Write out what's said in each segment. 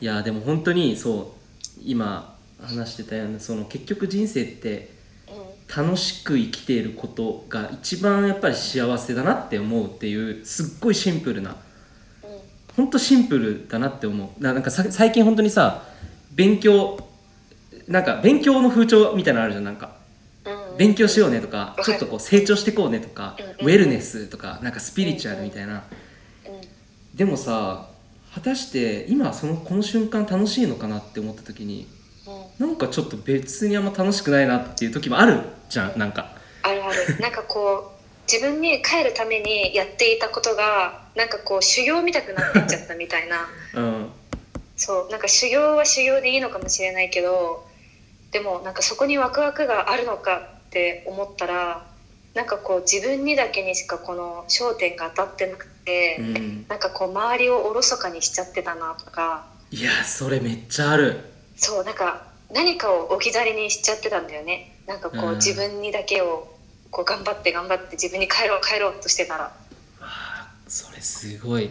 いやでも本当にそう今話してたようなその結局人生ってう楽しく生きていることが一番やっぱり幸せだなって思うっていうすっごいシンプルなんうん本当シンプルだなって思うななんかさ最近本当にさ勉強なんか勉強の風潮みたいなのあるじゃんなんかうん勉強しようねとかはいちょっとこう成長してこうねとかうんウェルネスとかなんかスピリチュアルみたいなうんでもさ果たして今そのこの瞬間楽しいのかなって思った時にうんなんかちょっと別にあんま楽しくないなっていう時もあるじゃんなんかあるあ るなんかこう自分に帰るためにやっていたことがなんかこう修行みたくなっちゃったみたい なうんそうなんか修行は修行でいいのかもしれないけどでもなんかそこにワクワクがあるのかって思ったらなんかこう自分にだけにしかこの焦点が当たってなくて、うんなんかこう周りをおろそかにしちゃってたなとかいやそれめっちゃあるそうなんか何かを置き去りにしちゃってたんだよねなんかこうんう自分にだけをこう頑張って頑張って自分に帰ろう帰ろうとしてたら。あーそれすごい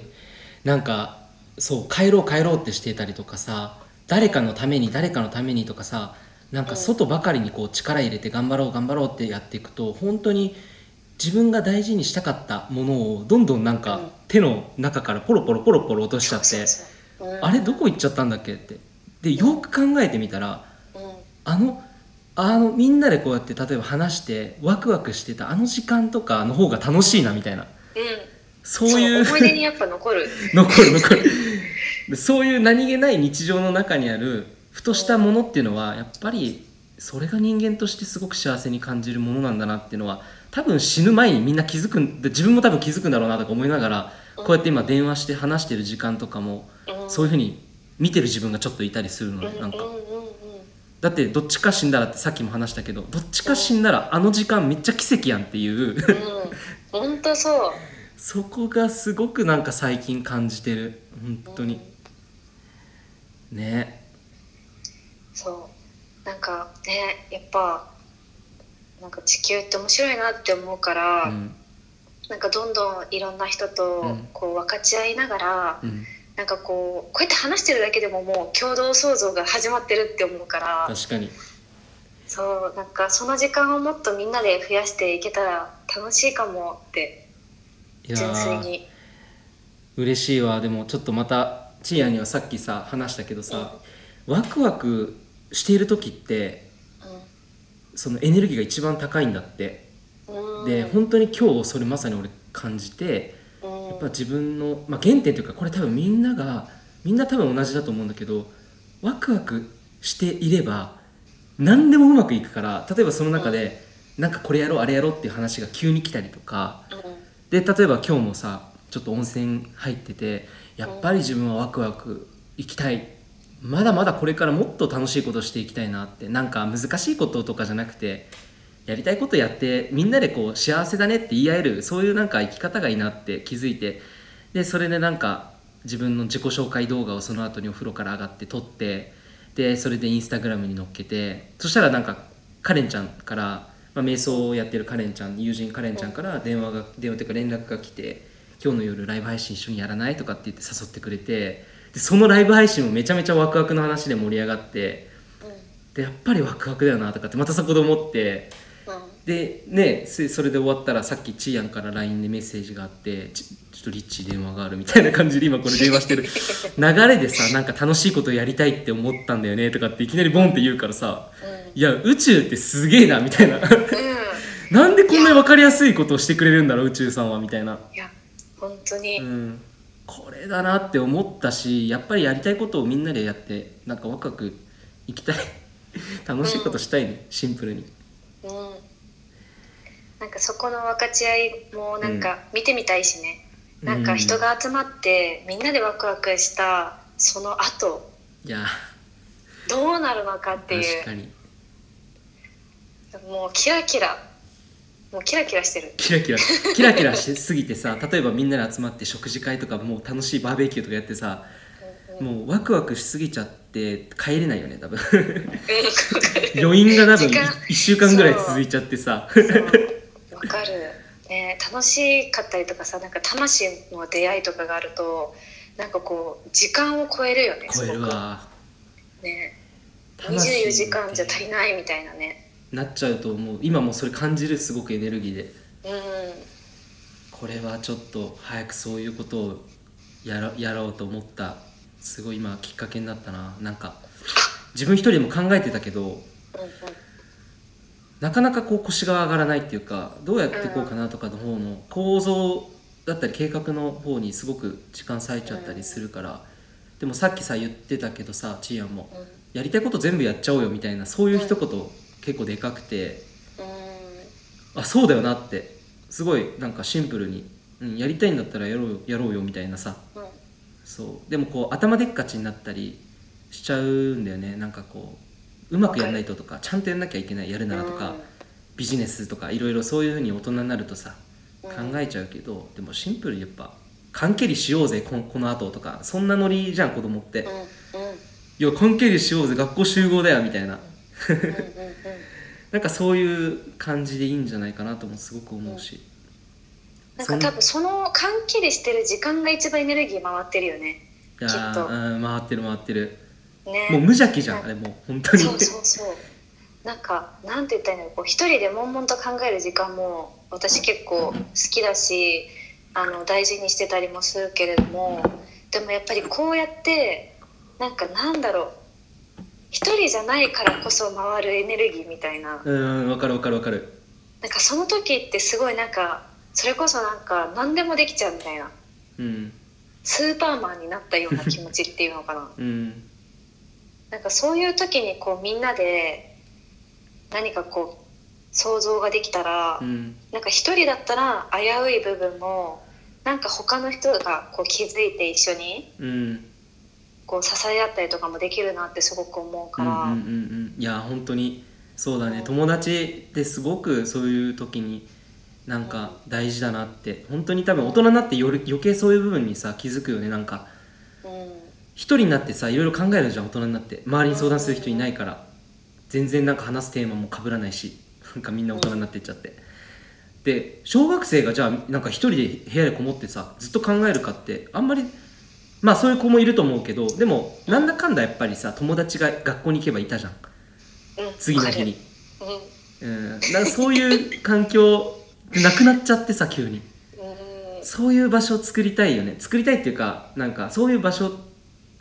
なんかそう帰ろう帰ろうってしてたりとかさ誰かのために誰かのためにとかさなんか外ばかりにこう力入れて頑張ろう頑張ろうってやっていくと本当に自分が大事にしたかったものをどんどんなんうかん手の中からポロポロポロポロ落としちゃってそうそううんあれどこ行っちゃったんだっけってでよく考えてみたらうんあのあのみんなでこうやって例えば話してワクワクしてたあの時間とかの方が楽しいなみたいなそういうそう思い出にやっぱ残る 残る残るでそういう何気ない日常の中にあるふとしたものっていうのはやっぱりそれが人間としてすごく幸せに感じるものなんだなっていうのは多分死ぬ前にみんな気づくんで自分も多分気づくんだろうなとか思いながらこうやって今電話して話してる時間とかもそういいうふうに見てる自分がちょっといたりするのねなんかうんうんうんうんだってどっちか死んだらってさっきも話したけどどっちか死んだらあの時間めっちゃ奇跡やんっていううん本当そうそこがすごくなんか最近感じてる本当うにんねそうなんかねやっぱなんか地球って面白いなって思うから、うんなんかどんどんいろんな人うとんこう分かち合いながら、うんなんかこうこうやって話してるだけでももう共同創造が始まってるって思うから確かにそうなんかその時間をもっとみんなで増やしていけたら楽しいかもっていや純粋ーに嬉しいわでもちょっとまたちーやにはさっきさ話したけどさ、ワクワクしている時ってそのエネルギーが一番高いんだって、うんうんで本当に今日それまさに俺感じてうんやっぱ自分の、まあ、原点というかこれ多分みんながみんな多分同じだと思うんだけどワクワクしていれば何でもうまくいくから例えばその中で、なんかこれやろうあれやろうっていう話が急に来たりとか、で例えば今日もさちょっと温泉入っててやっぱり自分はワクワク行きたいまだまだこれからもっと楽しいことしていきたいなってなんか難しいこととかじゃなくてやりたいことやってみんなでこう幸せだねって言い合えるそういうなんか生き方がいいなって気づいてでそれでなんか自分の自己紹介動画をその後にお風呂から上がって撮ってでそれでインスタグラムに載っけてそしたらなんかカレンちゃんから、まあ、瞑想をやってるカレンちゃん友人カレンちゃんから電話が電話というか連絡が来て「今日の夜ライブ配信一緒にやらない?」とかって言って誘ってくれてでそのライブ配信もめちゃめちゃワクワクの話で盛り上がってでやっぱりワクワクだよなとかってまたそこで思っうんて。うんでねせそれで終わったらさっきちーやんから LINE でメッセージがあってちちょっとリッチー電話があるみたいな感じで今これ電話してる 流れでさなんか楽しいことやりたいって思ったんだよねとかっていきなりボンって言うからさいや宇宙ってすげえなみたいな うなんでこんなに分かりやすいことをしてくれるんだろう宇宙さんはみたいなんいや本当に、うんこれだなって思ったしやっぱりやりたいことをみんなでやってなんかワクワクいきたい 楽しいことしたいねシンプルにうん、なんかそこの分かち合いもなんか見てみたいしね、なんか人が集まってみんなでワクワクしたその後いやどうなるのかってい確かうにもうキラキラもうキラキラしてるキラキラキラキラしすぎてさ例えばみんなで集まって食事会とかもう楽しいバーベキューとかやってさうんうんもうワクワクしすぎちゃって帰れないよね 多分うん余韻が多分時間1週間ぐらい続いちゃってさわかる、ね、楽しかったりとかさなんか魂の出会いとかがあるとなんかこう時間を超えるよね超えるすごわくね魂24時間じゃ足りないみたいなねなっちゃうと思う今もうそれ感じるすごくエネルギーでうこれはちょっと早くそういうことをやろやろうと思ったすごい今きっかけになったななんか自分一人でも考えてたけどんうんうんなかなかこう腰が上がらないっていうかどうやってこうかなとかの方の構造だったり計画の方にすごく時間割いちゃったりするからでもさっきさ言ってたけどさちいやんもうんやりたいこと全部やっちゃおうよみたいなそういう一言結構でかくてうあそうだよなってすごいなんかシンプルに、うん、やりたいんだったらやろうよやろうよみたいなさんうんそうでもこう頭でっかちになったりしちゃうんだよねなんかこううまくやんないととかちゃんとやんなきゃいけないやるならとか、ビジネスとかいろいろそういうふうに大人になるとさう考んえちゃうけど、でもシンプルにやっぱ缶蹴りしようぜこのこの後とかそんなノリじゃん子供って、うんいうんや缶蹴りしようぜ学校集合だよみたいなうんうんうんなんかそういう感じでいいんじゃないかなともすごく思うし、なんそかん多分その缶切りしてる時間が一番エネルギー回ってるよねいやーきっとうん回ってる回ってるねもう無邪気じうゃんんあれもう本当にそうそうそうなんかなんて言ったらいいのこう一人で悶々と考える時間も私結構好きだしあの大事にしてたりもするけれどもでもやっぱりこうやってなんかなんだろう一人じゃないからこそ回るエネルギーみたいなうんわかるわかるわかるなんかその時ってすごいなんかそれこそなんか何でもできちゃうみたいなうんスーパーマンになったような気持ちっていうのかなうんなんかそういう時にこうみんなで何かこう想像ができたら、うんなんか一人だったら危うい部分もなんか他の人がこう気づいて一緒にうんこう支え合ったりとかもできるなってすごく思うかうんうら、んうんうんいや本当にそうだね、うん友達ってすごくそういう時になんか大事だなって本当に多分大人になってより余計そういう部分にさ気づくよねなんかうん一人になってさいろいろ考えるじゃん大人になって周りに相談する人いないから全然なんか話すテーマも被らないしなんかみんな大人になってっちゃって、で小学生がじゃあなんか一人で部屋でこもってさずっと考えるかってあんまりまあそういう子もいると思うけどでもなんだかんだやっぱりさ友達が学校に行けばいたじゃんうん、次の日に。わかる、うん、だからそういう環境なくなっちゃってさ急にうんうんそういう場所を作りたいよね作りたいっていうかなんかそういう場所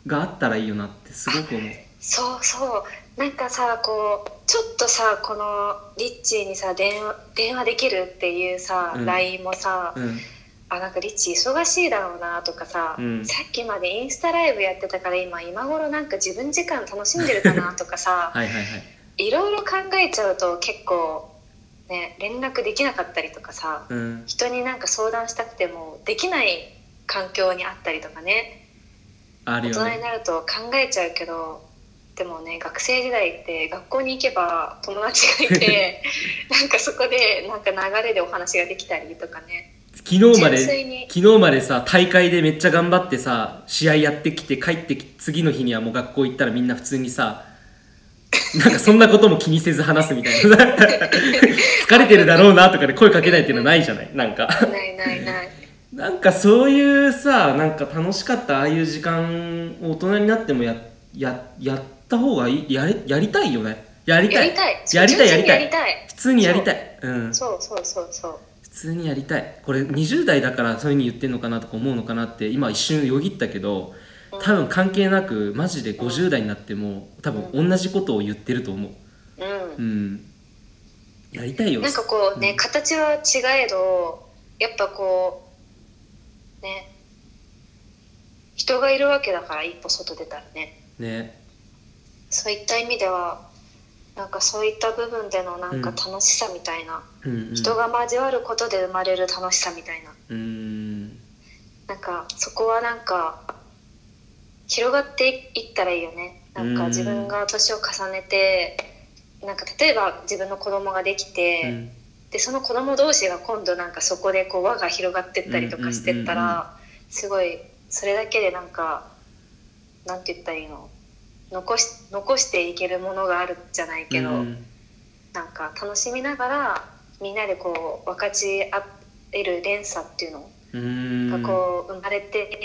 があったらいいよなってすごく思うそうそうなんかさこうちょっとさこのリッチーにさ電話電話できるっていうさ、うん LINE もさ、うんあなんかリッチー忙しいだろうなとかさ、うんさっきまでインスタライブやってたから今今頃なんか自分時間楽しんでるかなとかさ はいはいはいいろいろ考えちゃうと結構ね連絡できなかったりとかさうん人になんか相談したくてもできない環境にあったりとかねある大よ人にねなると考えちゃうけどでもね学生時代って学校に行けば友達がい てなんかそこでなんか流れでお話ができたりとかね昨日ま純で粋に昨日までさ大会でめっちゃ頑張ってさ試合やってきて帰ってき次の日にはもう学校行ったらみんな普通にさなんかそんなことも気にせず話すみたいな 疲れてるだろうなとかで声かけないっていうのはないじゃないなんかないないないなんかそういうさなんか楽しかったああいう時間を大人になってもやややった方がいいやれやりたいよね やりやたいりたいやりたい純粋にややりりたい普通にやりたいうんそうそうそうそう普通にやりたいこれ20代だからそういうふうに言ってんのかなとか思うのかなって今一瞬よぎったけどうん多分関係なくマジで50代になっても多分同じことを言ってると思うううんやりたいよんなんかこうね、うん形は違えどやっぱこうね人がいるわけだから一歩外出たらねねそういった意味ではなんかそういった部分でのなんか楽しさみたいな、うんうん人が交わることで生まれる楽しさみたいなうんなんかそこはなんか広がっていったらいいよねなんうかん自分が年を重ねてなんか例えば自分の子供ができて、うんでその子供同士が今度なんかそこでこう輪が広がってったりとかしてったら、うんうんうんすごいそれだけでなんかなんて言ったらいいの残し残していけるものがあるじゃないけど、うんなんか楽しみながらみんなでこう分かち合える連鎖っていうのうんがこう生まれて